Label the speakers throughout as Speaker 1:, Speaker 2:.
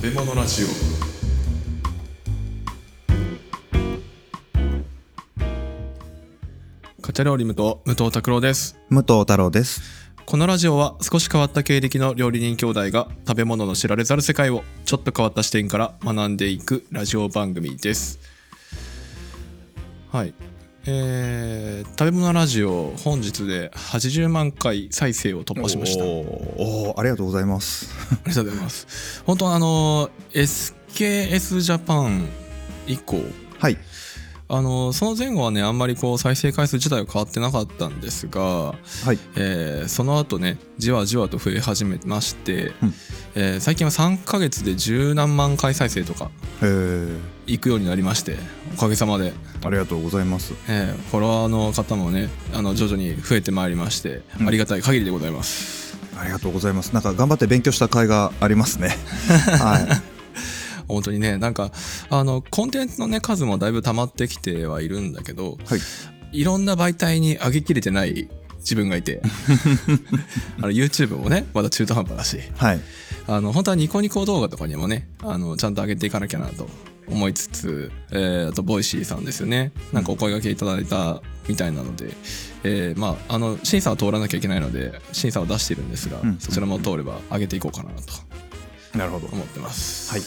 Speaker 1: べ物ラジオ
Speaker 2: カチャ料理無糖無糖拓郎です
Speaker 3: 武藤太郎です。
Speaker 2: このラジオは少し変わった経歴の料理人兄弟が食べ物の知られざる世界をちょっと変わった視点から学んでいくラジオ番組ですはいえー、食べ物ラジオ本日で80万回再生を突破しましたあり
Speaker 3: おーおーありがとうございます。
Speaker 2: がとうございます本当あの SKS ジャパン以降
Speaker 3: はい。
Speaker 2: あのその前後はねあんまりこう再生回数自体は変わってなかったんですが
Speaker 3: はい。
Speaker 2: えーその後ねじわじわと増え始めまして、
Speaker 3: うん
Speaker 2: えー最近は3ヶ月で十何万回再生とか
Speaker 3: えー、
Speaker 2: いくようになりましておかげさまで、
Speaker 3: ありがとうございます。
Speaker 2: えーフォロワーの方もねあの徐々に増えてまいりまして、
Speaker 3: うん
Speaker 2: ありがたい限りでございます
Speaker 3: ありがとうございます。なんか頑張って勉強した甲斐があります ね。は
Speaker 2: 本当にねなんかあのコンテンツのね数もだいぶ溜まってきてはいるんだけど
Speaker 3: い。はい。
Speaker 2: いろんな媒体に上げきれてない自分が いてあの YouTube もねまだ中途半端だし
Speaker 3: はい。
Speaker 2: あの本当はニコニコ動画とかにもねあのちゃんと上げていかなきゃなと思いつつ、えーあとボイシーさんですよねなんかお声掛けいただいたみたいなので、えーまああの審査は通らなきゃいけないので審査を出してるんですが、
Speaker 3: うん
Speaker 2: そちらも通れば上げていこうかなと
Speaker 3: なるほど
Speaker 2: 思ってます
Speaker 3: はい。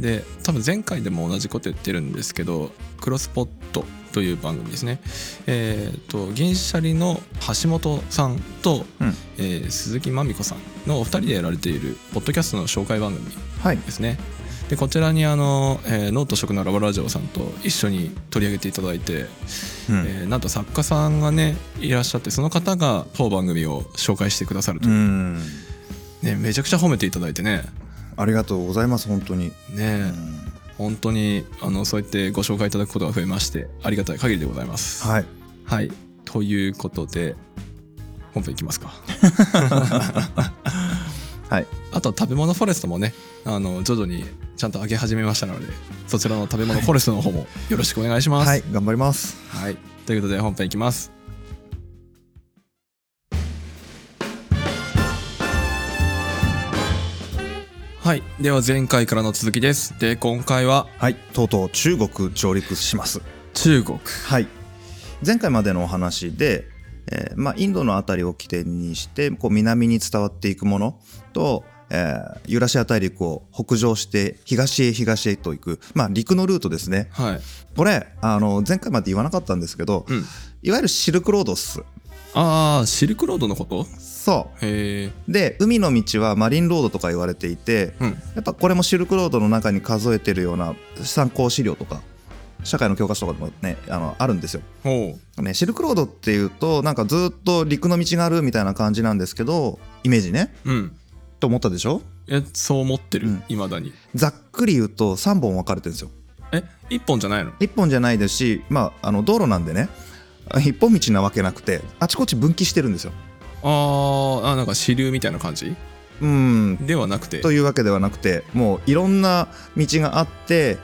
Speaker 2: で多分前回でも同じこと言ってるんですけど「クロスポット」という番組ですねえっ、と銀シャリの橋本さんと、
Speaker 3: うん
Speaker 2: えー鈴木まみこさんのお二人でやられているポッドキャストの紹介番組
Speaker 3: はい。
Speaker 2: ですねでこちらにあの、えーノート食のラボラジオさんと一緒に取り上げていただいて、
Speaker 3: うん。
Speaker 2: えーなんと作家さんがねいらっしゃってその方が当番組を紹介してくださると、
Speaker 3: うん
Speaker 2: ね、めちゃくちゃ褒めていただいてね
Speaker 3: ありがとうございます。本当に。
Speaker 2: ね、
Speaker 3: うん
Speaker 2: 本当にあのそうやってご紹介いただくことが増えましてありがたい限りでございます。
Speaker 3: はい。
Speaker 2: はい、ということで本編いきますか。
Speaker 3: はい。
Speaker 2: あとは食べ物フォレストもねあの徐々にちゃんと上げ始めましたのでそちらの食べ物フォレストの方もよろしくお願いします。
Speaker 3: はい。頑張ります。
Speaker 2: はい、ということで本編いきます。はい、では前回からの続きです。で今回は
Speaker 3: はい。とうとう中国上陸します。
Speaker 2: 中国。
Speaker 3: はい、前回までのお話で、えーまあ、インドの辺りを起点にしてこう南に伝わっていくものと、えーユーラシア大陸を北上して東へ東へと行く、まあ、陸のルートですね
Speaker 2: はい。
Speaker 3: これあの前回まで言わなかったんですけど、
Speaker 2: うん
Speaker 3: いわゆるシルクロードっす
Speaker 2: ああシルクロードのこと
Speaker 3: そ
Speaker 2: へえ
Speaker 3: うで海の道はマリンロードとか言われていて
Speaker 2: うん
Speaker 3: やっぱこれもシルクロードの中に数えてるような参考資料とか社会の教科書とかでもねあのあるんですよ
Speaker 2: ほ
Speaker 3: ね、シルクロードっていうとなんかずっと陸の道があるみたいな感じなんですけどイメージね
Speaker 2: ううん
Speaker 3: と思ったでしょ
Speaker 2: えそう思ってる
Speaker 3: うん
Speaker 2: いま、未だに
Speaker 3: ざっくり言うと3本分かれてるんですよ
Speaker 2: え一1本じゃないの
Speaker 3: 1本じゃないですし、まあ、あの道路なんでねあ一本道なわけなくてあちこち分岐してるんですよ
Speaker 2: あーあなんか支流みたいな感じ
Speaker 3: うん
Speaker 2: ではなくて
Speaker 3: というわけではなくてもういろんな道があって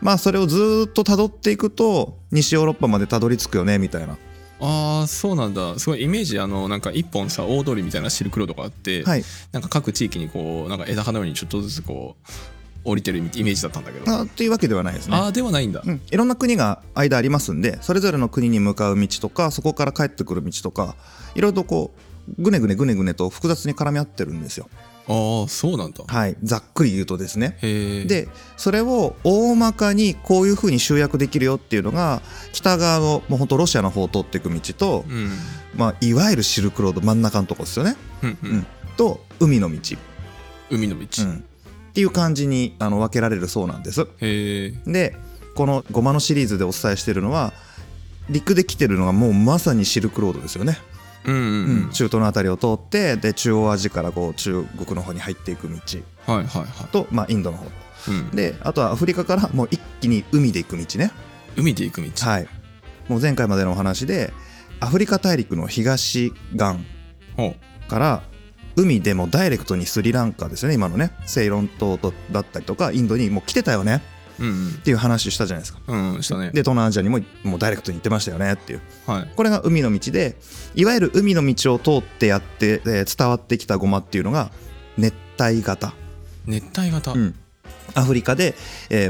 Speaker 3: まあそれをずっと辿っていくと西ヨーロッパまでたどり着くよねみたいな
Speaker 2: ああそうなんだすごいイメージあのなんか一本さ大通りみたいなシルクロードがあって、
Speaker 3: はい
Speaker 2: なんか各地域にこうなんか枝葉のようにちょっとずつこう降りてるイメージだったんだけど
Speaker 3: あというわけではないですね
Speaker 2: ああではないんだ、
Speaker 3: うん、いろんな国が間ありますんでそれぞれの国に向かう道とかそこから帰ってくる道とかいろいろとこうぐねぐねぐねぐねと複雑に絡み合ってるんですよ。
Speaker 2: ああそうなんだ
Speaker 3: はい、ざっくり言うとですね。
Speaker 2: へえ
Speaker 3: でそれを大まかにこういうふうに集約できるよっていうのが北側のもうほんとロシアの方を通っていく道と、
Speaker 2: うん
Speaker 3: まあ、いわゆるシルクロード真ん中のとこですよね。
Speaker 2: うんうん、
Speaker 3: うんと海の道、
Speaker 2: 海の道、
Speaker 3: うんっていう感じにあの分けられるそうなんです。
Speaker 2: へえ
Speaker 3: でこの「ゴマのシリーズでお伝えしているのは陸で来てるのがもうまさにシルクロードですよね、
Speaker 2: うんうんうん、
Speaker 3: 中東の辺りを通ってで中央アジアからこう中国の方に入っていく道
Speaker 2: はいはいは
Speaker 3: と、まあ、インドの方
Speaker 2: い、うん、
Speaker 3: であとはアフリカからもう一気に海で行く道ね
Speaker 2: 海で行く道、
Speaker 3: はいもう前回までのお話でアフリカ大陸の東岸
Speaker 2: ほ
Speaker 3: から海でもダイレクトにスリランカですよね今のねセイロン島とだったりとかインドにもう来てたよね
Speaker 2: ううん
Speaker 3: っていう話したじゃないですか
Speaker 2: うんうんしたね
Speaker 3: で東南アジアにももうダイレクトに行ってましたよねっていう
Speaker 2: はい
Speaker 3: これが海の道でいわゆる海の道を通ってやって、えー伝わってきたゴマっていうのが熱帯型
Speaker 2: 熱帯型、
Speaker 3: うん、アフリカで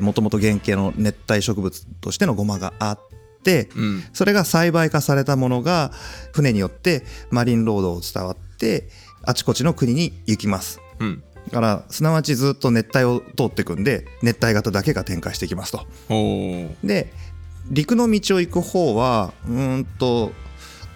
Speaker 3: もともと原型の熱帯植物としてのゴマがあって
Speaker 2: うん
Speaker 3: それが栽培化されたものが船によってマリンロードを伝わってあちこちの国に行きます
Speaker 2: うん
Speaker 3: だからすなわちずっと熱帯を通っていくんで熱帯型だけが展開していきますと。
Speaker 2: おー
Speaker 3: で陸の道を行く方はうーんと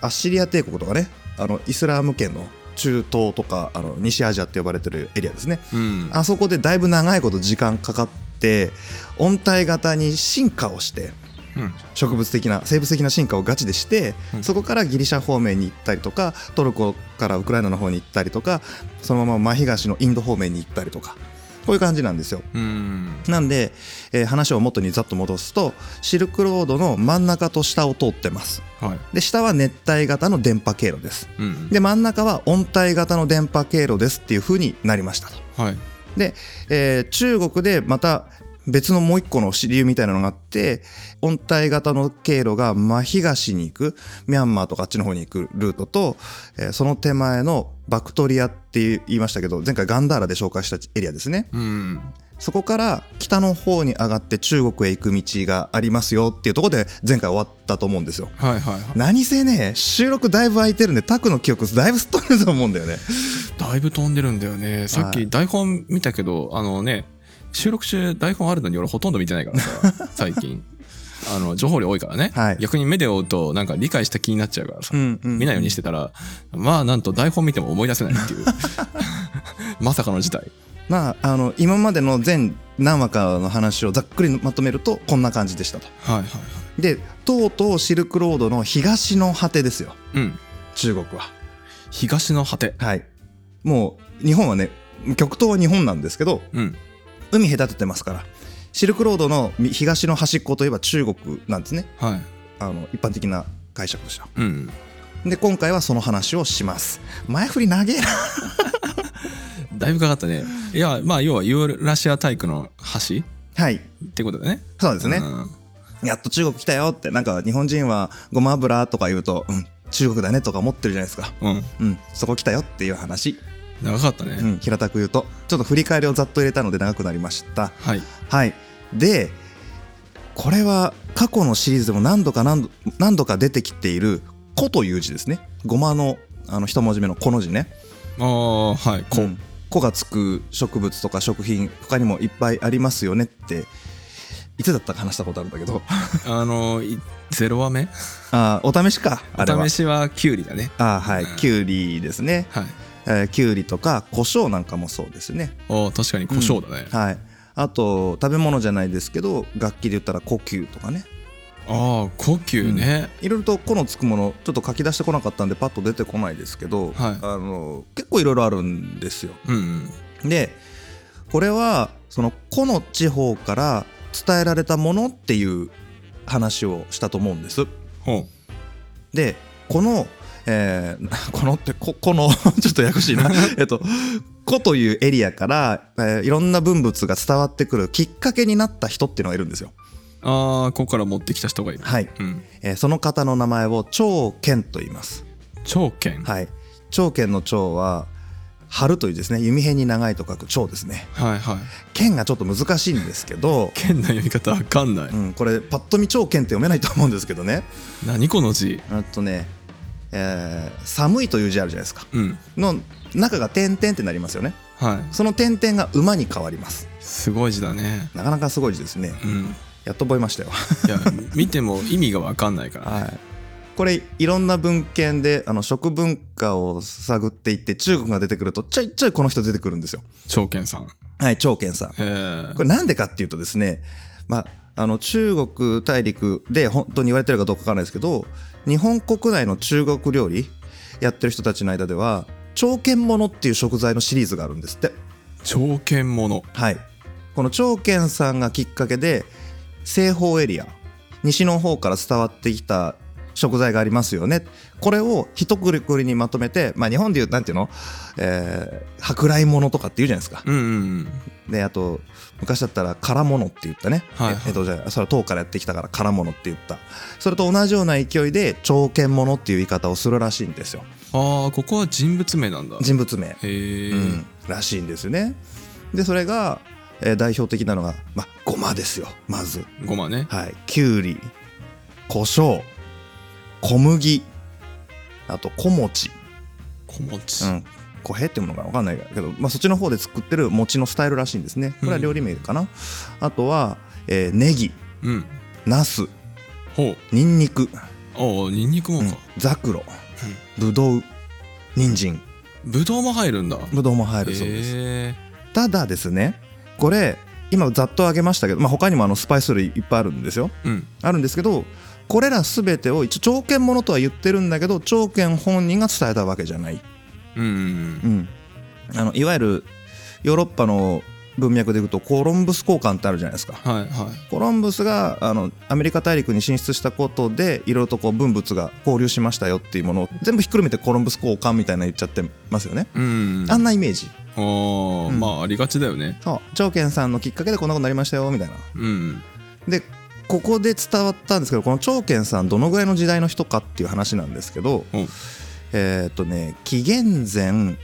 Speaker 3: アッシリア帝国とかねあのイスラム圏の中東とかあの西アジアって呼ばれてるエリアですね
Speaker 2: うん
Speaker 3: あそこでだいぶ長いこと時間かかって温帯型に進化をして
Speaker 2: うん
Speaker 3: 植物的な生物的な進化をガチでして、
Speaker 2: うん
Speaker 3: そこからギリシャ方面に行ったりとかトルコからウクライナの方に行ったりとかそのまま真東のインド方面に行ったりとかこういう感じなんですよ。
Speaker 2: うん
Speaker 3: なんで、えー話を元にざっと戻すとシルクロードの真ん中と下を通ってます
Speaker 2: はい
Speaker 3: で下は熱帯型の電波経路です
Speaker 2: うん
Speaker 3: で真ん中は温帯型の電波経路ですっていう風になりましたと
Speaker 2: はい
Speaker 3: で、えー中国でまた別のもう一個の支流みたいなのがあって温帯型の経路が真東に行くミャンマーとかあっちの方に行くルートと、えーその手前のバクトリアって言いましたけど前回ガンダーラで紹介したエリアですね
Speaker 2: うん
Speaker 3: そこから北の方に上がって中国へ行く道がありますよっていうところで前回終わったと思うんですよ。
Speaker 2: はいはいは
Speaker 3: 何せね収録だいぶ空いてるんでタクの記憶だいぶすっ飛んでると思うんだよね。
Speaker 2: いだいぶ飛んでるんだよねさっ
Speaker 3: は
Speaker 2: き台本見たけどあのね収録中台本あるのに俺ほとんど見てないから さ最近あの情報量多いからね、
Speaker 3: はい
Speaker 2: 逆に目で追うとなんか理解した気になっちゃうからさ、
Speaker 3: んう
Speaker 2: 見ないようにしてたらまあなんと台本見ても思い出せないっていう まさかの事態
Speaker 3: まああの今までの全何話かの話をざっくりまとめるとこんな感じでしたと。
Speaker 2: はいはいはい
Speaker 3: でとうとうシルクロードの東の果てですよ
Speaker 2: うん
Speaker 3: 中国は。
Speaker 2: 東の果て
Speaker 3: はい。もう日本はね極東は日本なんですけど
Speaker 2: うん
Speaker 3: 海隔ててますからシルクロードの東の端っこといえば中国なんですね。
Speaker 2: はい
Speaker 3: あの一般的な解釈でした
Speaker 2: うん
Speaker 3: で今回はその話をします前振り長えな
Speaker 2: だいぶかかったねいやまあ要はユーラシア大陸の橋
Speaker 3: はい
Speaker 2: ってことだね
Speaker 3: そうですね、
Speaker 2: うん
Speaker 3: やっと中国来たよってなんか日本人はごま油とか言うと、うん、中国だねとか思ってるじゃないですか
Speaker 2: うん、
Speaker 3: うんそこ来たよっていう話、
Speaker 2: 長かったね、
Speaker 3: うん、平たく言うとちょっと振り返りをざっと入れたので長くなりました
Speaker 2: はい
Speaker 3: はいでこれは過去のシリーズでも何度か何度何度か出てきている「子」という字ですねごまのあの一文字目の「こ」の字ね
Speaker 2: ああはいこ
Speaker 3: こ子がつく植物とか食品他にもいっぱいありますよねっていつだったか話したことあるんだけど
Speaker 2: あのいゼロ話目
Speaker 3: あーお試しかあれは
Speaker 2: お試しはキュウリだね
Speaker 3: あーはい
Speaker 2: うん
Speaker 3: きゅうりですね、
Speaker 2: はい
Speaker 3: えー、きゅうりとか胡椒なんかもそうですね
Speaker 2: お確かに胡椒だね、
Speaker 3: はいあと食べ物じゃないですけど楽器で言ったら呼吸とかね
Speaker 2: ああ呼吸ね、
Speaker 3: いろいろと「こ」のつくものちょっと書き出してこなかったんでパッと出てこないですけ
Speaker 2: は
Speaker 3: ど、
Speaker 2: い
Speaker 3: あの結構いろいろあるんですよ
Speaker 2: うん、
Speaker 3: でこれはその個の地方から伝えられたものっていう話をしたと思うんです。
Speaker 2: ほ
Speaker 3: でこの、えー このってここのちょっとややこしいなえっと個というエリアから、えーいろんな文物が伝わってくるきっかけになった人っていうのがいるんですよ。
Speaker 2: うああここから持ってきた人がいる
Speaker 3: はい、
Speaker 2: うん
Speaker 3: えーその方の名前を長剣と言います。
Speaker 2: 長剣
Speaker 3: はい、長剣の長は春という字ですね弓辺に長いと書く長ですね。
Speaker 2: はいはい
Speaker 3: 剣がちょっと難しいんですけど。
Speaker 2: 剣の読み方わかんない、
Speaker 3: うん、これパッと見長剣って読めないと思うんですけどね
Speaker 2: 何この字
Speaker 3: あとね、えー寒いという字あるじゃないですか
Speaker 2: うん
Speaker 3: の中が点々ってなりますよね
Speaker 2: は
Speaker 3: その点々が馬に変わります
Speaker 2: いすごい字だね
Speaker 3: なかなかすごい字ですね
Speaker 2: うん
Speaker 3: やっと覚えましたよ、
Speaker 2: いや見ても意味がわかんないから、
Speaker 3: はい、これいろんな文献であの食文化を探っていって中国が出てくるとちょいちょいこの人出てくるんですよ
Speaker 2: 長剣さん
Speaker 3: はい長剣さん
Speaker 2: えー
Speaker 3: これなんでかっていうとですね、まあ、あの中国大陸で本当に言われてるかどうかわからないですけど日本国内の中国料理やってる人たちの間では長剣物っていう食材のシリーズがあるんですって
Speaker 2: 長剣もの
Speaker 3: はいこの長剣さんがきっかけで西方エリア西の方から伝わってきた食材がありますよねこれを一くくりにまとめて、まあ、日本でいうなんていうの、えー、舶来物とかっていうじゃないですか
Speaker 2: うんうん
Speaker 3: であと昔だったら空物って言ったね、
Speaker 2: はいはい
Speaker 3: えっとじゃあそれは唐からやってきたから空物って言ったそれと同じような勢いで長剣物っていう言い方をするらしいんですよ
Speaker 2: ああここは人物名なんだ
Speaker 3: 人物名、
Speaker 2: へえ、
Speaker 3: うん、らしいんですよねでそれが、えー代表的なのが、まあ、ごまですよまず
Speaker 2: ごまね
Speaker 3: はいきゅうり胡椒小麦あと小餅
Speaker 2: 小餅、
Speaker 3: うん小平っていうものかな分かんないけど、まあ、そっちの方で作ってる餅のスタイルらしいんですねこれは料理名かな、あとは、えーネギ
Speaker 2: うん
Speaker 3: ナス
Speaker 2: ほう
Speaker 3: ニンニク、
Speaker 2: おうにんにくも
Speaker 3: うん
Speaker 2: か、
Speaker 3: ザクロブドウ人参
Speaker 2: ぶどうも入るんだ
Speaker 3: ブドウも入るそうです、
Speaker 2: え
Speaker 3: ただですねこれ今ざっと挙げましたけど、まあ、他にもあのスパイス類いっぱいあるんですよ
Speaker 2: ー、うん
Speaker 3: あるんですけどこれら全てを一応長剣ものとは言ってるんだけど長剣本人が伝えたわけじゃない、
Speaker 2: うんうん
Speaker 3: うん、あのいわゆるヨーロッパの文脈でいうとコロンブス交換ってあるじゃないですか
Speaker 2: はいはい
Speaker 3: コロンブスがあのアメリカ大陸に進出したことでいろいろとこう文物が交流しましたよっていうものを全部ひっくるめてコロンブス交換みたいなの言っちゃってますよね
Speaker 2: うん
Speaker 3: あんなイメージ
Speaker 2: おー、
Speaker 3: うん
Speaker 2: まあありがちだよね
Speaker 3: そう長健さんのきっかけでこんなことになりましたよみたいな
Speaker 2: うん
Speaker 3: でここで伝わったんですけどこの長健さんどのぐらいの時代の人かっていう話なんですけど、
Speaker 2: うん
Speaker 3: えーっとね紀元前2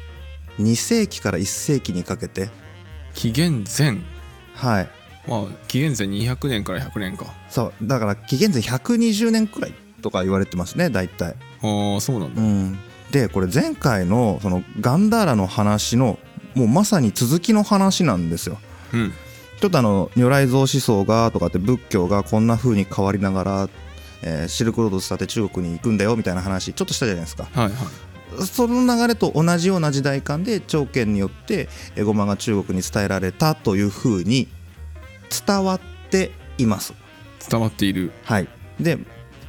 Speaker 3: 世紀から1世紀にかけて
Speaker 2: 紀元前
Speaker 3: はい
Speaker 2: まあ紀元前200年から100年か
Speaker 3: そうだから紀元前120年くらいとか言われてますね大体。
Speaker 2: ああそうなん
Speaker 3: う
Speaker 2: だ
Speaker 3: ん、でこれ前回のそのガンダーラの話のもうまさに続きの話なんですよ。
Speaker 2: うん
Speaker 3: ちょっとあの如来像思想がとかって仏教がこんな風に変わりながら、えーシルクロードを伝って中国に行くんだよみたいな話ちょっとしたじゃないですか
Speaker 2: はいはい
Speaker 3: その流れと同じような時代間で長剣によってエゴマが中国に伝えられたという風に伝わっています
Speaker 2: 伝わっている
Speaker 3: はいで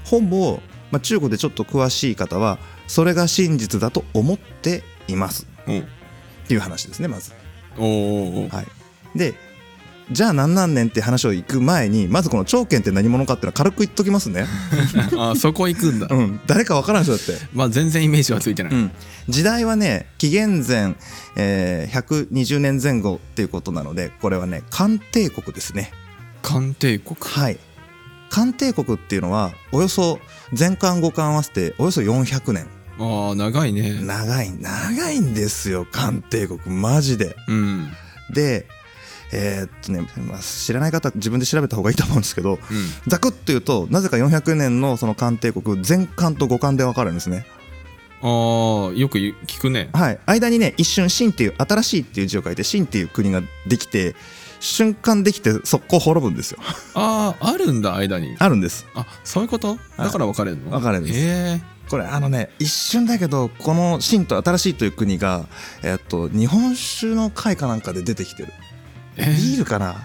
Speaker 3: ほぼ、まあ、中国でちょっと詳しい方はそれが真実だと思っています
Speaker 2: うん
Speaker 3: っていう話ですねまず
Speaker 2: おーおー
Speaker 3: はい、でじゃあ何何年って話を行く前にまずこの長剣って何者かっていうのは軽く言っときますね、
Speaker 2: あーそこ行くんだ
Speaker 3: うん、誰かわからん人だって、
Speaker 2: まあ全然イメージはついてない、
Speaker 3: うん、時代はね紀元前、えー120年前後っていうことなのでこれはね漢帝国ですね
Speaker 2: 漢帝国
Speaker 3: はい漢帝国っていうのはおよそ前漢後漢合わせておよそ400年
Speaker 2: ああ長いね
Speaker 3: 長い長いんですよ漢帝国マジで
Speaker 2: うんうん
Speaker 3: でえーっとね、まあ、知らない方自分で調べた方がいいと思うんですけどざくっと言うとなぜか400年のその漢帝国全漢と五漢で分かれるんですね
Speaker 2: ああよく言う聞くね
Speaker 3: はい間にね一瞬秦っていう新しいっていう字を書いて秦っていう国ができて瞬間できて速攻滅ぶんですよ
Speaker 2: あああるんだ間に
Speaker 3: あるんです
Speaker 2: あそういうことだから分かれるの、
Speaker 3: 分かれるんです
Speaker 2: へ
Speaker 3: これあのね一瞬だけどこの秦と新しいという国がえーっと日本酒の会かなんかで出てきてる
Speaker 2: え
Speaker 3: ビー
Speaker 2: ー
Speaker 3: ルかな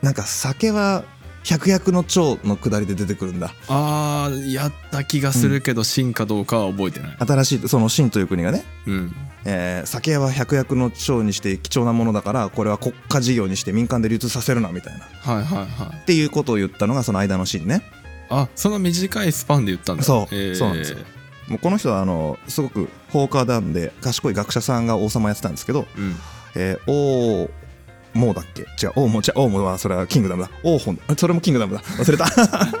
Speaker 3: なんか酒は百薬の長の下りで出てくるんだ
Speaker 2: ああやった気がするけど真かどうかは覚えてない
Speaker 3: 新しいその秦という国がね
Speaker 2: うん
Speaker 3: えー酒は百薬の長にして貴重なものだからこれは国家事業にして民間で流通させるなみたいなっ
Speaker 2: はいはいはい
Speaker 3: ていうことを言ったのがその間のシーンね
Speaker 2: あその短いスパンで言ったんだ
Speaker 3: そう
Speaker 2: えー
Speaker 3: そうなんですよもうこの人はあのすごく放火団で賢い学者さんが王様やってたんですけど、
Speaker 2: うん
Speaker 3: えー王もうだっけ違う王もじゃ王もはそれはキングダムだ王本あそれもキングダムだ忘れた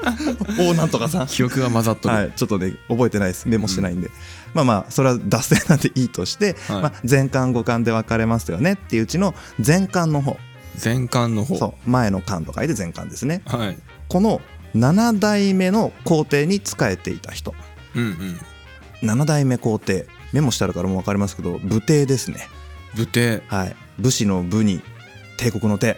Speaker 3: 王なんとかさん
Speaker 2: 記憶が混ざっとる、
Speaker 3: はい、ちょっとね覚えてないですメモしてないんで、まあまあそれは脱線なんでいいとして、
Speaker 2: はい
Speaker 3: まあ、前巻後巻で分かれますよねっていううちの前巻の方
Speaker 2: 前巻の方
Speaker 3: そう前の巻と書いて前巻ですね
Speaker 2: はい
Speaker 3: この7代目の皇帝に仕えていた人
Speaker 2: うんうん
Speaker 3: 7代目皇帝メモしてあるからもう分かりますけど武帝ですね
Speaker 2: 武帝
Speaker 3: はい武士の武に帝国の帝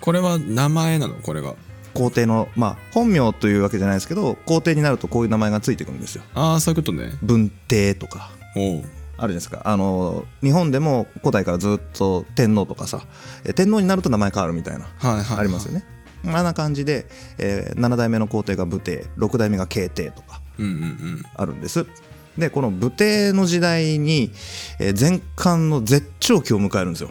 Speaker 2: これは名前なのこれが
Speaker 3: 皇帝のまあ本名というわけじゃないですけど皇帝になるとこういう名前がついてくるんですよ
Speaker 2: ああそういうことね
Speaker 3: 文帝とか
Speaker 2: おう
Speaker 3: あるじゃないですかあの日本でも古代からずっと天皇とかさえ天皇になると名前変わるみたいな
Speaker 2: はいはい、はい、
Speaker 3: ありますよねあんな感じで、え7代目の皇帝が武帝6代目が慶帝とか
Speaker 2: うんうんうん
Speaker 3: あるんですでこの武帝の時代に、えー前漢の絶頂期を迎えるんですよ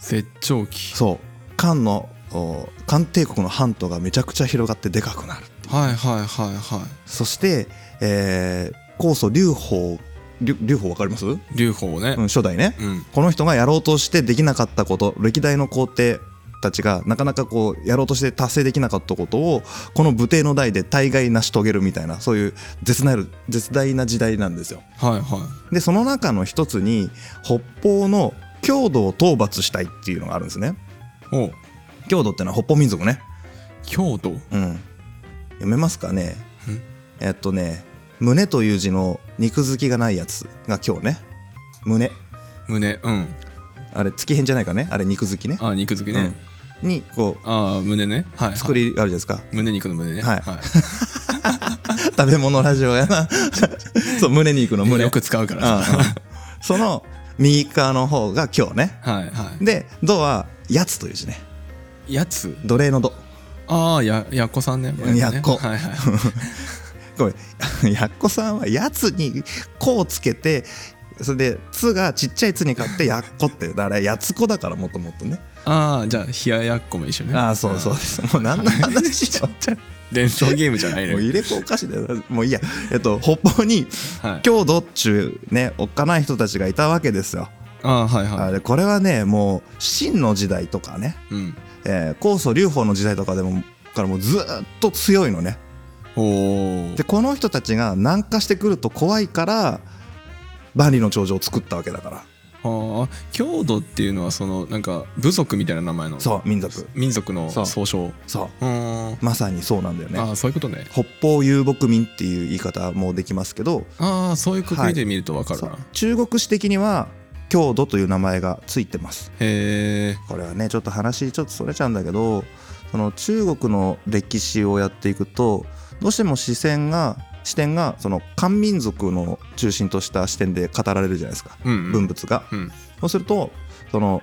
Speaker 2: 絶頂期
Speaker 3: そう漢のお漢帝国の半島がめちゃくちゃ広がってでかくなる
Speaker 2: はいはいはいは
Speaker 3: そして、えー、高祖劉邦劉劉邦わかります、うん、
Speaker 2: い劉邦ね
Speaker 3: 初代ね、
Speaker 2: うん
Speaker 3: この人がやろうとしてできなかったこと歴代の皇帝たちがなかなかこうやろうとして達成できなかったことをこの武帝の代で大概成し遂げるみたいなそういう絶なる絶大な時代なんですよ。
Speaker 2: はいは
Speaker 3: でその中の一つに北方の郷土を討伐したいっていうのがあるんですね
Speaker 2: お
Speaker 3: 郷土ってのは北方民族ね
Speaker 2: 京都
Speaker 3: うん読めますかね
Speaker 2: ん
Speaker 3: えっとね胸という字の肉付きがないやつが今日ね胸
Speaker 2: 胸うん
Speaker 3: あれ月変じゃないかねあれ肉付きね
Speaker 2: あ肉付きね、
Speaker 3: うんにこ
Speaker 2: ああ胸ねはい、は
Speaker 3: う
Speaker 2: い、
Speaker 3: 作りあるじゃないですか
Speaker 2: 胸肉の胸ね
Speaker 3: はい食べ物ラジオやな そう胸に行くの胸
Speaker 2: よく使うから
Speaker 3: うん
Speaker 2: さ
Speaker 3: うんその右側の方が今日ね
Speaker 2: はいは
Speaker 3: で「ド」は「やつ」という字ね
Speaker 2: いやつ
Speaker 3: 奴隷の「ド
Speaker 2: ああややっこさんねね
Speaker 3: やっこ
Speaker 2: はいはい」
Speaker 3: ごめん やっこさんは「やつ」に「こ」をつけてそれで「つ」がちっちゃい「つ」に変わって「やっこ」ってあれやつこだからもともとね
Speaker 2: ああじゃあ冷ややっこも一緒ね
Speaker 3: ああそうそうですもう何の話 よ
Speaker 2: 伝統ゲームじゃないね
Speaker 3: もう入れ子おかしいだよもういいやえっと北方に
Speaker 2: はい、
Speaker 3: 郷土っちゅうねおっかない人たちがいたわけですよ
Speaker 2: ああはいは
Speaker 3: あ
Speaker 2: い
Speaker 3: れこれはねもう秦の時代とかね
Speaker 2: うん
Speaker 3: えー、高祖劉邦の時代とかでもからもうずーっと強いのね
Speaker 2: おお
Speaker 3: でこの人たちが南下してくると怖いから万里の長城を作ったわけだから
Speaker 2: ああ郷土っていうのはそのなんか部族みたいな名前の
Speaker 3: そう民族
Speaker 2: 民族の
Speaker 3: そう
Speaker 2: 総称
Speaker 3: そう
Speaker 2: うーん
Speaker 3: まさにそうなんだよね
Speaker 2: ああそういうことね
Speaker 3: 北方遊牧民っていう言い方もできますけど
Speaker 2: ああそういうくくりで見るとわかるな、
Speaker 3: そう中国史的には郷土という名前がついてます
Speaker 2: へえ
Speaker 3: これはねちょっと話ちょっとそれちゃうんだけどその中国の歴史をやっていくとどうしても視線が視点がその漢民族の中心とした視点で語られるじゃないですか
Speaker 2: うんう
Speaker 3: 文
Speaker 2: ん
Speaker 3: 物が。
Speaker 2: うん
Speaker 3: そうするとその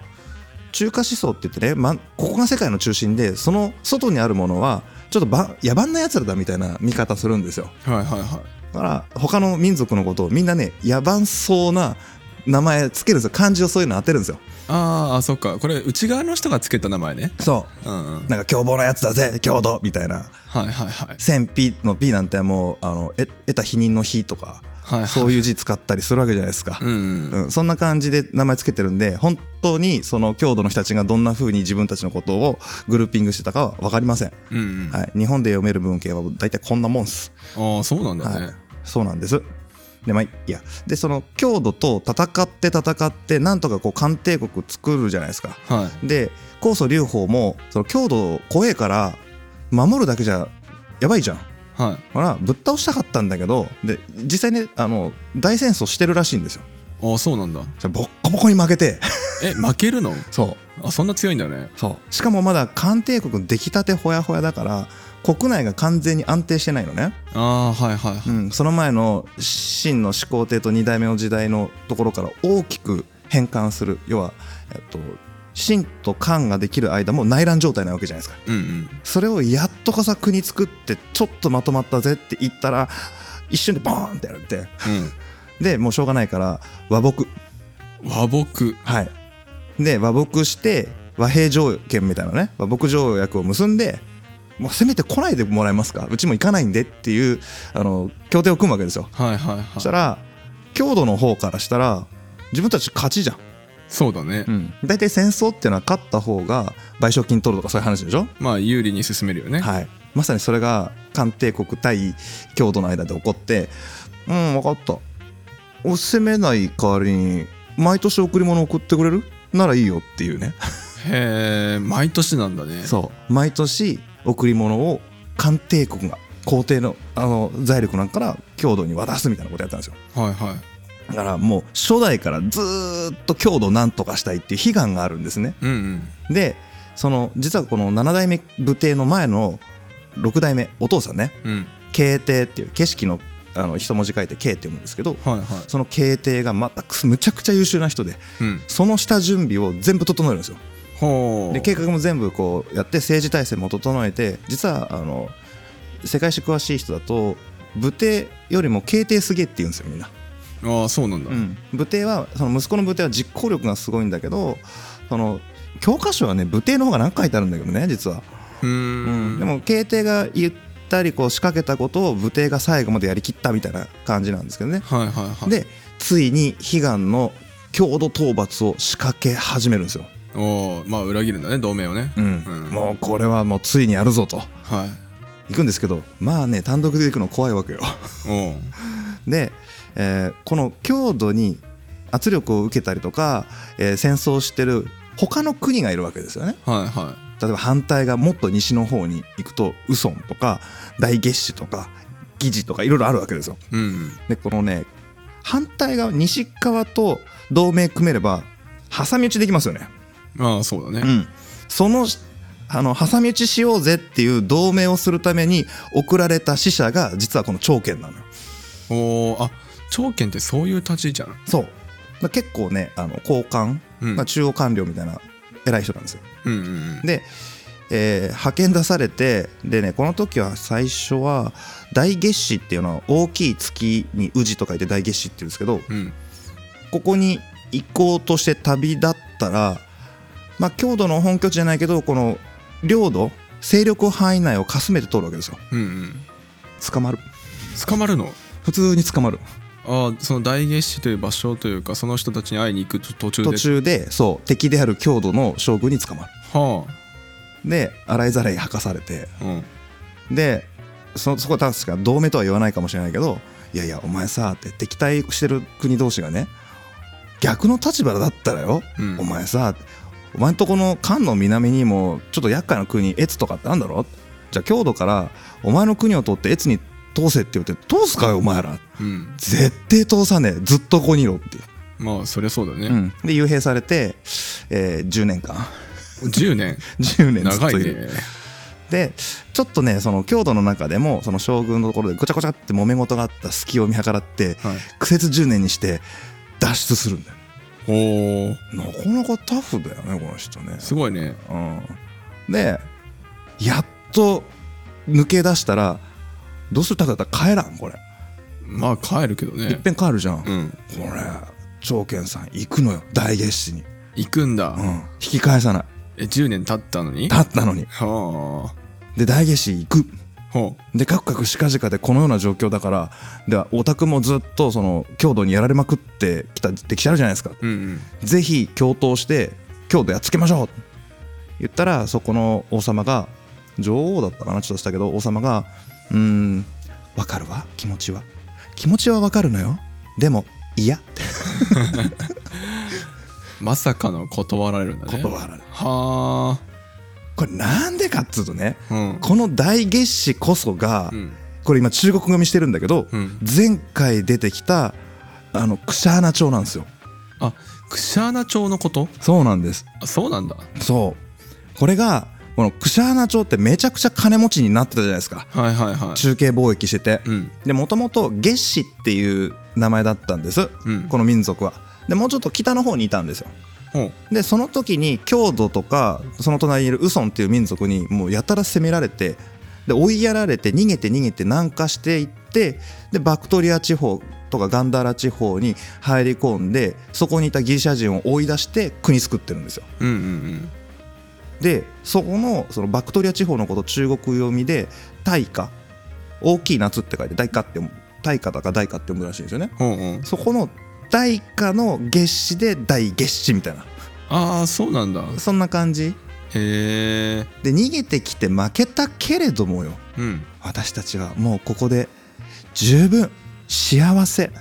Speaker 3: 中華思想って言ってね、ま、ここが世界の中心でその外にあるものはちょっとば野蛮なやつらだみたいな見方するんですよ。
Speaker 2: はいはいはい
Speaker 3: だから他の民族のことをみんなね野蛮そうな名前つけるんですよ漢字をそういうの当てるんですよ。
Speaker 2: あーあそっかこれ内側の人がつけた名前ね
Speaker 3: そう
Speaker 2: うんうん
Speaker 3: なんか凶暴なやつだぜ強度みたいな
Speaker 2: はいはいはい
Speaker 3: 戦 P の P なんてもうあのえ得た否認の「否」とか
Speaker 2: はいはい
Speaker 3: そういう字使ったりするわけじゃないですか
Speaker 2: う、んうん
Speaker 3: うんそんな感じで名前つけてるんで本当にその郷土の人たちがどんな風に自分たちのことをグルーピングしてたかは分かりません、
Speaker 2: うんうん
Speaker 3: はい、日本で読める文献は大体こんなもんっす、
Speaker 2: ああそうなんだ
Speaker 3: は
Speaker 2: ね
Speaker 3: い、そうなんですでまあいいやでその郷土と戦って戦ってなんとかこう漢帝国作るじゃないですか
Speaker 2: はい
Speaker 3: で高祖劉邦もその強度怖えから守るだけじゃやばいじゃん
Speaker 2: はい
Speaker 3: ほらぶっ倒したかったんだけどで実際ねあの大戦争してるらしいんですよ
Speaker 2: ああそうなんだ
Speaker 3: それボッコボコに負けて
Speaker 2: え負けるの
Speaker 3: そ
Speaker 2: あそんな強いんだね
Speaker 3: うそうしかもまだ漢帝国出来たてほやほやだから国内が完全に安定してないのね、
Speaker 2: ああはいはいは
Speaker 3: う
Speaker 2: い
Speaker 3: ん、その前の秦の始皇帝と二代目の時代のところから大きく変換する要は、えっと、秦と漢ができる間も内乱状態なわけじゃないですか
Speaker 2: うんうん
Speaker 3: それをやっとこさ国作ってちょっとまとまったぜって言ったら一瞬でボーンってやられてでもうしょうがないから和睦
Speaker 2: うん和睦
Speaker 3: はいで和睦して和平条件みたいなね和睦条約を結んでもうせめて来ないでもらえますかうちも行かないんでっていうあの協定を組むわけですよ
Speaker 2: はいはい
Speaker 3: そ
Speaker 2: は
Speaker 3: した
Speaker 2: い
Speaker 3: ら郷土の方からしたら自分たち勝ちじゃん、
Speaker 2: そうだね
Speaker 3: 大体戦争っていうのは勝った方が賠償金取るとかそういう話でしょ
Speaker 2: まあ有利に進めるよね
Speaker 3: はい、まさにそれが漢帝国対郷土の間で起こって「うん分かったお責めない代わりに毎年贈り物送ってくれるならいいよ」っていうね
Speaker 2: へえ毎年なんだね
Speaker 3: そう毎年贈り物を漢帝国が皇帝のあの財力なんかから郷土に渡すみたいなことやったんですよ
Speaker 2: はいはい
Speaker 3: だからもう初代からずーっと郷土をなんとかしたいっていう悲願があるんですね
Speaker 2: うんうん
Speaker 3: でその実はこの7代目武帝の前の6代目お父さんね
Speaker 2: うん
Speaker 3: 慶帝っていう景色のあの一文字書いて慶って読むんですけど
Speaker 2: はいはい
Speaker 3: その慶帝がまたくすむちゃくちゃ優秀な人で
Speaker 2: うん
Speaker 3: その下準備を全部整えるんですよ
Speaker 2: ほう
Speaker 3: で計画も全部こうやって政治体制も整えて実はあの世界史詳しい人だと武帝よりも慶帝すげえって言うんですよみんな、
Speaker 2: ああそうなんだ
Speaker 3: 武帝はその息子の武帝は実行力がすごいんだけどその教科書はね武帝の方が何か書いてあるんだけどね実は
Speaker 2: うーん
Speaker 3: でも慶帝が言ったりこう仕掛けたことを武帝が最後までやりきったみたいな感じなんですけどね、
Speaker 2: はいはいはい
Speaker 3: でついに悲願の郷土討伐を仕掛け始めるんですよ、
Speaker 2: おおまあ裏切るんだね同盟をねうん
Speaker 3: もうこれはもうついにやるぞと
Speaker 2: はい
Speaker 3: 行くんですけどまあね単独 で行くの怖いわけよ
Speaker 2: おう
Speaker 3: で、えーこの郷土に圧力を受けたりとか、えー戦争してる他の国がいるわけですよね。
Speaker 2: はいは
Speaker 3: 例えば反対がもっと西の方に行くとウソンとか大月氏とか疑似とかいろいろあるわけですよ。
Speaker 2: い。うん。
Speaker 3: でこのね反対側西側と同盟組めれば挟み撃ちできますよね。
Speaker 2: ああ、そうだ
Speaker 3: う
Speaker 2: ね。
Speaker 3: ん、そのあの挟み撃ちしようぜっていう同盟をするために送られた使者が実はこの長剣なのよ。
Speaker 2: おお、あ、長剣ってそういう立ち位置なの。
Speaker 3: そうまあ結構ねあの高官、
Speaker 2: うん
Speaker 3: まあ、中央官僚みたいな偉い人なんですよ。
Speaker 2: うんうんうん。
Speaker 3: で、えー派遣出されてでねこの時は最初は大月氏っていうのは大きい月に宇治と書いて大月氏っていうんですけど
Speaker 2: うん。
Speaker 3: ここに行こうとして旅立ったらまあ郷土の本拠地じゃないけどこの領土勢力範囲内をかすめて通るわけですよ
Speaker 2: うんうん。
Speaker 3: 捕まる
Speaker 2: 捕まるの
Speaker 3: 普通に捕まる
Speaker 2: ああ、その大月氏という場所というか、その人たちに会いに行く途中で。
Speaker 3: 途中でそう敵である郷土の将軍に捕まる
Speaker 2: は
Speaker 3: で洗いざらい吐かされて
Speaker 2: あ。うん。
Speaker 3: でそそこは確か同盟とは言わないかもしれないけど「いやいやお前さ」って敵対してる国同士がね逆の立場だったらよ、
Speaker 2: うん
Speaker 3: お前さお前んとこの漢の南にもちょっと厄介な国越とかってあんだろじゃあ郷土からお前の国を通って越に通せって言って通すかよお前ら
Speaker 2: うん。
Speaker 3: 絶対通さねえずっとここにいろって、
Speaker 2: まあ、そりゃそうだ
Speaker 3: う
Speaker 2: ね。
Speaker 3: ん、で幽閉されて、えー10年間
Speaker 2: 10年。
Speaker 3: 10年ずっ
Speaker 2: 長
Speaker 3: と
Speaker 2: い
Speaker 3: いる
Speaker 2: ね。
Speaker 3: でちょっとねその郷土の中でもその将軍のところでごちゃごちゃって揉め事があった隙を見計らって
Speaker 2: はい。
Speaker 3: 苦節10年にして脱出するんだよ
Speaker 2: おお、
Speaker 3: なかなかタフだよねこの人ね
Speaker 2: すごいね。
Speaker 3: うんでやっと抜け出したらどうするただったら帰らんこれ
Speaker 2: まあ、帰るけど
Speaker 3: いっ
Speaker 2: ね。
Speaker 3: ぺん帰るじゃん、
Speaker 2: う
Speaker 3: こ
Speaker 2: ん。
Speaker 3: れ長健さん行くのよ大月氏に、
Speaker 2: 行くんだ。
Speaker 3: うん、引き返さない
Speaker 2: え、10年経ったのに
Speaker 3: 立ったのに
Speaker 2: は
Speaker 3: で大月氏行く
Speaker 2: あ。ほ
Speaker 3: でカクカクしかじかでこのような状況だからでオタクもずっとその郷土にやられまくってきた歴史あるじゃないですか
Speaker 2: う。うんうん。
Speaker 3: ぜひ共闘して郷土やっつけましょう言ったらそこの王様が女王だったかなちょっとしたけど王様が「うーんわかるわ気持ちは気持ちはわかるのよでも嫌」って
Speaker 2: まさかの断られるんだね。
Speaker 3: 断られる
Speaker 2: は
Speaker 3: これなんでかっつうとね
Speaker 2: あ。うん。
Speaker 3: この大月氏こそが、
Speaker 2: うん。
Speaker 3: これ今中国語みしてるんだけど、
Speaker 2: うん
Speaker 3: 前回出てきたあのクシャーナ朝なんですよ
Speaker 2: あ、クシャーナ町のこと
Speaker 3: そうなんです
Speaker 2: あ、そうなんだ。
Speaker 3: そうこれがこのクシャーナ朝ってめちゃくちゃ金持ちになってたじゃないですか
Speaker 2: はいはいはい。
Speaker 3: 中継貿易してて
Speaker 2: うん。
Speaker 3: でもともと月氏っていう名前だったんです、
Speaker 2: うん
Speaker 3: この民族はでもうちょっと北の方にいたんですよ
Speaker 2: ほう。
Speaker 3: でその時に郷土とかその隣にいるウソンっていう民族にもうやたら攻められてで追いやられて逃げて逃げて南下していってでバクトリア地方とかガンダーラ地方に入り込んでそこにいたギリシャ人を追い出して国作ってるんですよ。
Speaker 2: うんうん
Speaker 3: でそこのそのバクトリア地方のこと中国読みで「大化」大きい夏って書いて「大化」って読む大化だか大化って読むらしいんですよね。
Speaker 2: うん。ほうほう。
Speaker 3: そこの大化の月氏で大月氏みたいな
Speaker 2: ああ、そうなんだ。
Speaker 3: そんな感じ
Speaker 2: へえ。
Speaker 3: で逃げてきて負けたけれどもよ
Speaker 2: うん。
Speaker 3: 私たちはもうここで十分幸せ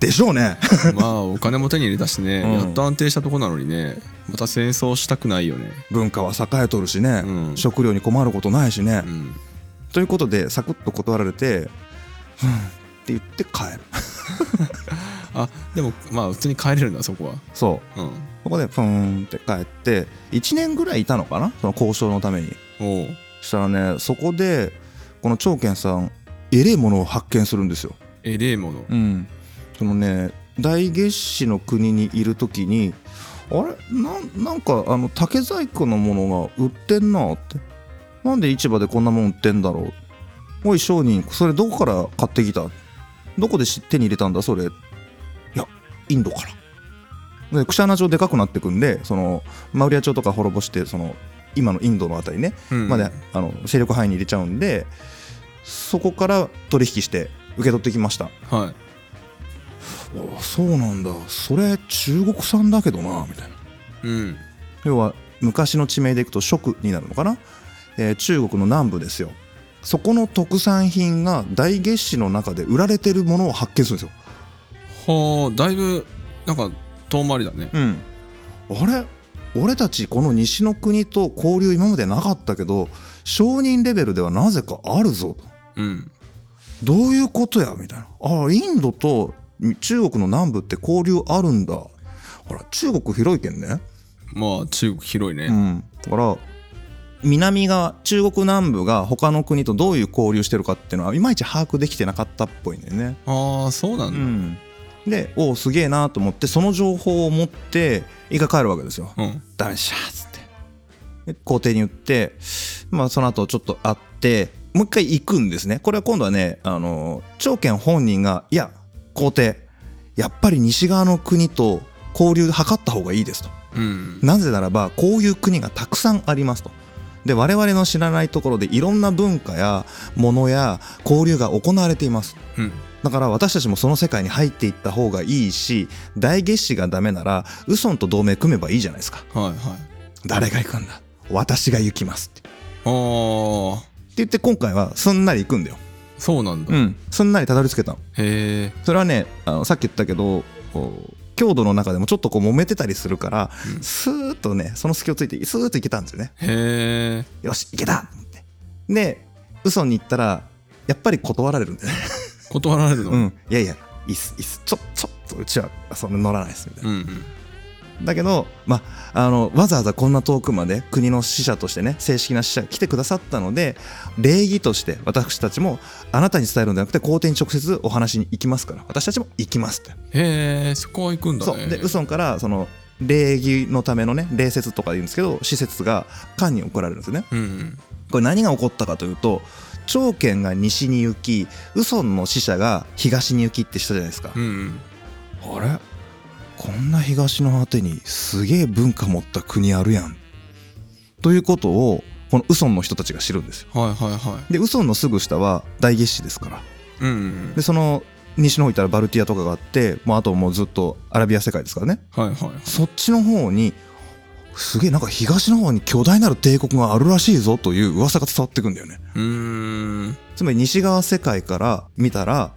Speaker 3: でしょうね
Speaker 2: まあ、お金も手に入れたしね、
Speaker 3: うん
Speaker 2: やっと安定したとこなのにね、また戦争したくないよね。
Speaker 3: 文化は栄えとるしね、
Speaker 2: うん
Speaker 3: 食料に困ることないしね、
Speaker 2: うん。
Speaker 3: ということでサクッと断られて「ふん」って言って帰る
Speaker 2: あ、でも、まあ、普通に帰れるんだ、そこは。
Speaker 3: そう
Speaker 2: うん。
Speaker 3: ここでふーんって帰って1年ぐらいいたのかなその交渉のために
Speaker 2: おう。
Speaker 3: したらねそこでこの長健さんえれえものを発見するんですよ
Speaker 2: えれえもの。
Speaker 3: うん、そのね大月氏の国にいる時にあれなんなんかあの竹細工のものが売ってんなってなんで市場でこんなもん売ってんだろうおい商人それどこから買ってきたどこでし手に入れたんだそれいやインドからでクシャーナ朝でかくなってくんでそのマウリア朝とか滅ぼしてその今のインドのあたりね
Speaker 2: うん
Speaker 3: まで、あの勢力範囲に入れちゃうんでそこから取引して受け取ってきました
Speaker 2: はい。
Speaker 3: あそうなんだそれ中国産だけどなみたいな
Speaker 2: うん。
Speaker 3: 要は昔の地名でいくと蜀になるのかな、えー中国の南部ですよそこの特産品が大月市の中で売られてるものを発見するんですよ
Speaker 2: はあだいぶなんか遠回りだね
Speaker 3: うん、あれ俺たちこの西の国と交流今までなかったけど商人レベルではなぜかあるぞ
Speaker 2: うん
Speaker 3: どういうことやみたいなあインドと中国の南部って交流あるんだほら中国広いけんね
Speaker 2: まあ中国広いね、
Speaker 3: うん、だから南が中国南部が他の国とどういう交流してるかっていうのはいまいち把握できてなかったっぽいんだよね。
Speaker 2: ああそうなんだ、
Speaker 3: でおおすげえなと思ってその情報を持ってイカ帰るわけですよ。
Speaker 2: うん
Speaker 3: ダメっしゃーっつってで皇帝に言って、まあ、その後ちょっと会ってもう一回行くんですねこれは今度はねあの長健本人が「いや皇帝やっぱり西側の国と交流図った方がいいです」と。
Speaker 2: うん
Speaker 3: なぜならばこういう国がたくさんありますと。で我々の知らないところでいろんな文化やものや交流が行われています。
Speaker 2: うん
Speaker 3: だから私たちもその世界に入っていった方がいいし大月氏がダメならウソンと同盟組めばいいじゃないですか。
Speaker 2: はいはい
Speaker 3: 誰が行くんだ私が行きますって。って
Speaker 2: ああ
Speaker 3: 言って今回はすんなり行くんだよ。
Speaker 2: そうなんだ、
Speaker 3: う
Speaker 2: へ
Speaker 3: ん。すんなりたどり着けたの。
Speaker 2: え
Speaker 3: それはねあのさっき言ったけどこう強度の中でもちょっとこう揉めてたりするから、
Speaker 2: うん
Speaker 3: スーッとねその隙をついてスーッと行けたんですよね。
Speaker 2: へえ
Speaker 3: よし行けたと思ってで嘘に言ったらやっぱり断られるんでね、
Speaker 2: 断られるの、
Speaker 3: う
Speaker 2: うん、
Speaker 3: ん、いやいやいいっすいいっすちょちょっとうちはそんな乗らないですみたいな、
Speaker 2: うん
Speaker 3: だけど、ま、あのわざわざこんな遠くまで国の使者としてね正式な使者が来てくださったので礼儀として私たちもあなたに伝えるんじゃなくて皇帝に直接お話に行きますから私たちも行きますって
Speaker 2: へえそこは行くんだ
Speaker 3: そう
Speaker 2: ね
Speaker 3: でウソンからその礼儀のためのね礼節とか言うんですけど施設が漢に送られるんですよね
Speaker 2: うんうん
Speaker 3: これ何が起こったかというと長剣が西に行きウソンの使者が東に行きってしたじゃないですか、
Speaker 2: うんうん
Speaker 3: あれこんな東の果てにすげえ文化持った国あるやんということをこのウソンの人たちが知るんですよ
Speaker 2: はいはいは
Speaker 3: でウソンのすぐ下は大月氏ですから
Speaker 2: いうんうん
Speaker 3: でその西の方行ったらバルティアとかがあってもうあともうずっとアラビア世界ですからね
Speaker 2: はいはい
Speaker 3: そっちの方にすげえなんか東の方に巨大なる帝国があるらしいぞという噂が伝わってくんだよね
Speaker 2: うーん
Speaker 3: つまり西側世界から見たら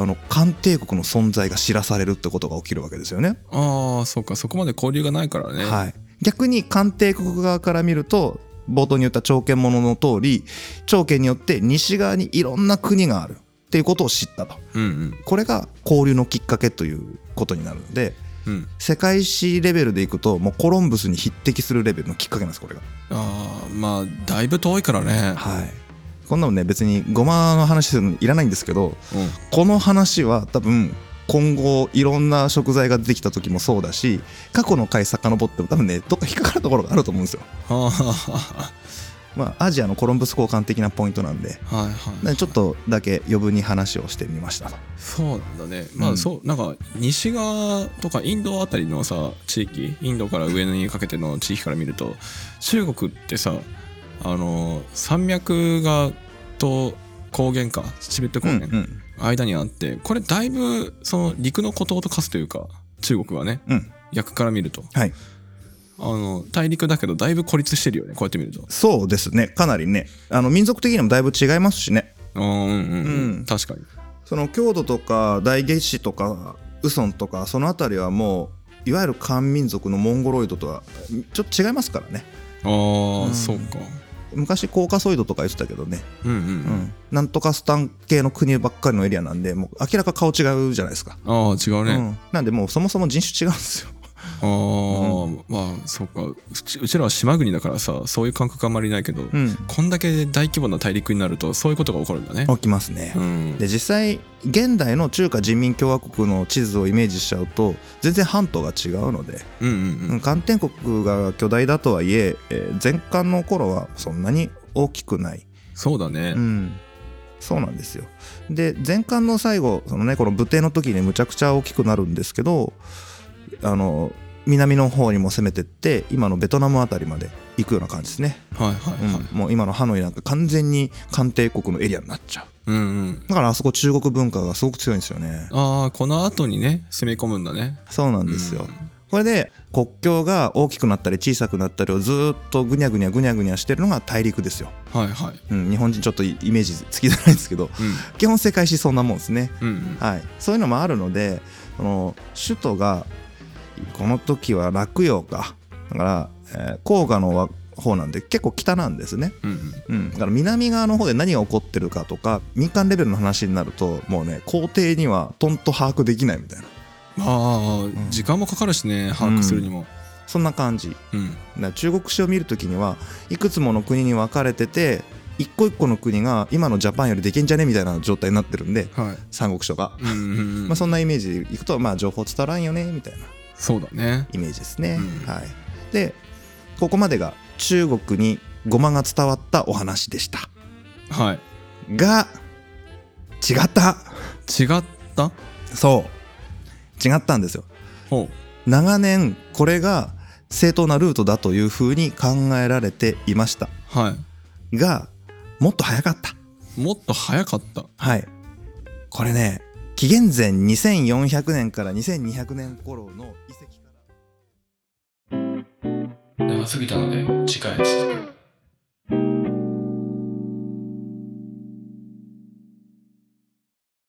Speaker 3: あの漢帝国の存在が知らされるってことが起きるわけですよね。
Speaker 2: ああそうかそこまで交流がないからね、
Speaker 3: はい、逆に漢帝国側から見ると冒頭に言った朝見物の通り朝見によって西側にいろんな国があるっていうことを知ったと
Speaker 2: うん
Speaker 3: これが交流のきっかけということになるので
Speaker 2: うんうん
Speaker 3: 世界史レベルでいくともうコロンブスに匹敵するレベルのきっかけなんですこれが。
Speaker 2: ああまあだいぶ遠いからね
Speaker 3: はいこんなのね別にごまの話するのいらないんですけ
Speaker 2: う
Speaker 3: ど
Speaker 2: ん
Speaker 3: この話は多分今後いろんな食材が出てきた時もそうだし過去の回遡っても多分ねどっか引っかかるところがあると思うんですよ。
Speaker 2: ああ
Speaker 3: まあアジアのコロンブス交換的なポイントなんで
Speaker 2: はいはい
Speaker 3: なんでちょっとだけ余分に話をしてみました。
Speaker 2: そうなんだねま
Speaker 3: う
Speaker 2: あ
Speaker 3: ん
Speaker 2: そうなんか西側とかインドあたりのさ地域インドから上にかけての地域から見ると中国ってさあの山脈がと高原かチベット高
Speaker 3: うんう
Speaker 2: 原、
Speaker 3: ん
Speaker 2: 間にあってこれだいぶその陸の孤島と化すというか中国はね
Speaker 3: うん、
Speaker 2: 逆から見ると
Speaker 3: はい
Speaker 2: あの大陸だけどだいぶ孤立してるよねこうやって見ると
Speaker 3: そうですねかなりねあの民族的にもだいぶ違いますしね
Speaker 2: あーうんうん、う
Speaker 3: うん
Speaker 2: ん、確かに
Speaker 3: その郷土とか大月氏とかウソンとかその辺りはもういわゆる漢民族のモンゴロイドとはちょっと違いますからね
Speaker 2: ああ、
Speaker 3: うん
Speaker 2: そうか
Speaker 3: 昔コーカソイドとか言ってたけどね
Speaker 2: うんうん、
Speaker 3: う
Speaker 2: うん、
Speaker 3: ん、なんとかスタン系の国ばっかりのエリアなんでもう明らか顔違うじゃないですか、
Speaker 2: ああ違うね、
Speaker 3: うん、なんでもうそもそも人種違うんですよ
Speaker 2: ああ、まあそうかうちうちらは島国だからさそういう感覚あんまりないけど、
Speaker 3: ん
Speaker 2: こんだけ大規模な大陸になるとそういうことが起こるんだね。
Speaker 3: 起きますね
Speaker 2: う、ん、
Speaker 3: で実際現代の中華人民共和国の地図をイメージしちゃうと全然半島が違うので、
Speaker 2: うんう
Speaker 3: うんん、寒天国が巨大だとはいええー前漢の頃はそんなに大きくない
Speaker 2: うんそうだね
Speaker 3: う。ん、そうなんですよで前巻の最後そのねこの武帝の時にむちゃくちゃ大きくなるんですけどあの南の方にも攻めてって今のベトナムあたりまで行くような感じですね、
Speaker 2: はいはい
Speaker 3: うん
Speaker 2: はい。
Speaker 3: もう今のハノイなんか完全に漢帝国のエリアになっちゃう
Speaker 2: うんうん。
Speaker 3: だからあそこ中国文化がすごく強いんですよね
Speaker 2: ああこの後にね攻め込むんだね。
Speaker 3: そうなんですよ、これで国境が大きくなったり小さくなったりをずーっとぐにゃぐにゃぐにゃぐにゃしてるのが大陸ですよ、
Speaker 2: はいはい
Speaker 3: うん、日本人ちょっとイメージつきづらいんですけど基本世界史そんなもんですね、
Speaker 2: うんうん
Speaker 3: はい、そういうのもあるのでその首都がこの時は洛陽かだから、えー黄河のわ方なんで結構北なんですね、
Speaker 2: うんうん
Speaker 3: うん、だから南側の方で何が起こってるかとか民間レベルの話になるともうね皇帝にはとんと把握できないみたいな
Speaker 2: ああ時間もかかるしね把握するにも
Speaker 3: そんな感じ
Speaker 2: うん
Speaker 3: だから中国史を見るときにはいくつもの国に分かれてて一個一個の国が今のジャパンよりできんじゃねみたいな状態になってるんで
Speaker 2: はい
Speaker 3: 三国書が、
Speaker 2: うんうんうん
Speaker 3: まあ、そんなイメージでいくとまあ情報伝わらんよねみたいな
Speaker 2: そうだね
Speaker 3: イメージですね、
Speaker 2: うん
Speaker 3: はいでここまでが中国にゴマが伝わったお話でした
Speaker 2: はい
Speaker 3: が違った
Speaker 2: 違った
Speaker 3: そう違ったんですよ
Speaker 2: ほ
Speaker 3: 長年これが正当なルートだというふうに考えられていました
Speaker 2: うはい
Speaker 3: がもっと早かった
Speaker 2: もっと早かった
Speaker 3: はいこれね紀元前2400年から2200年頃の遺跡から
Speaker 2: 長すぎたので次回です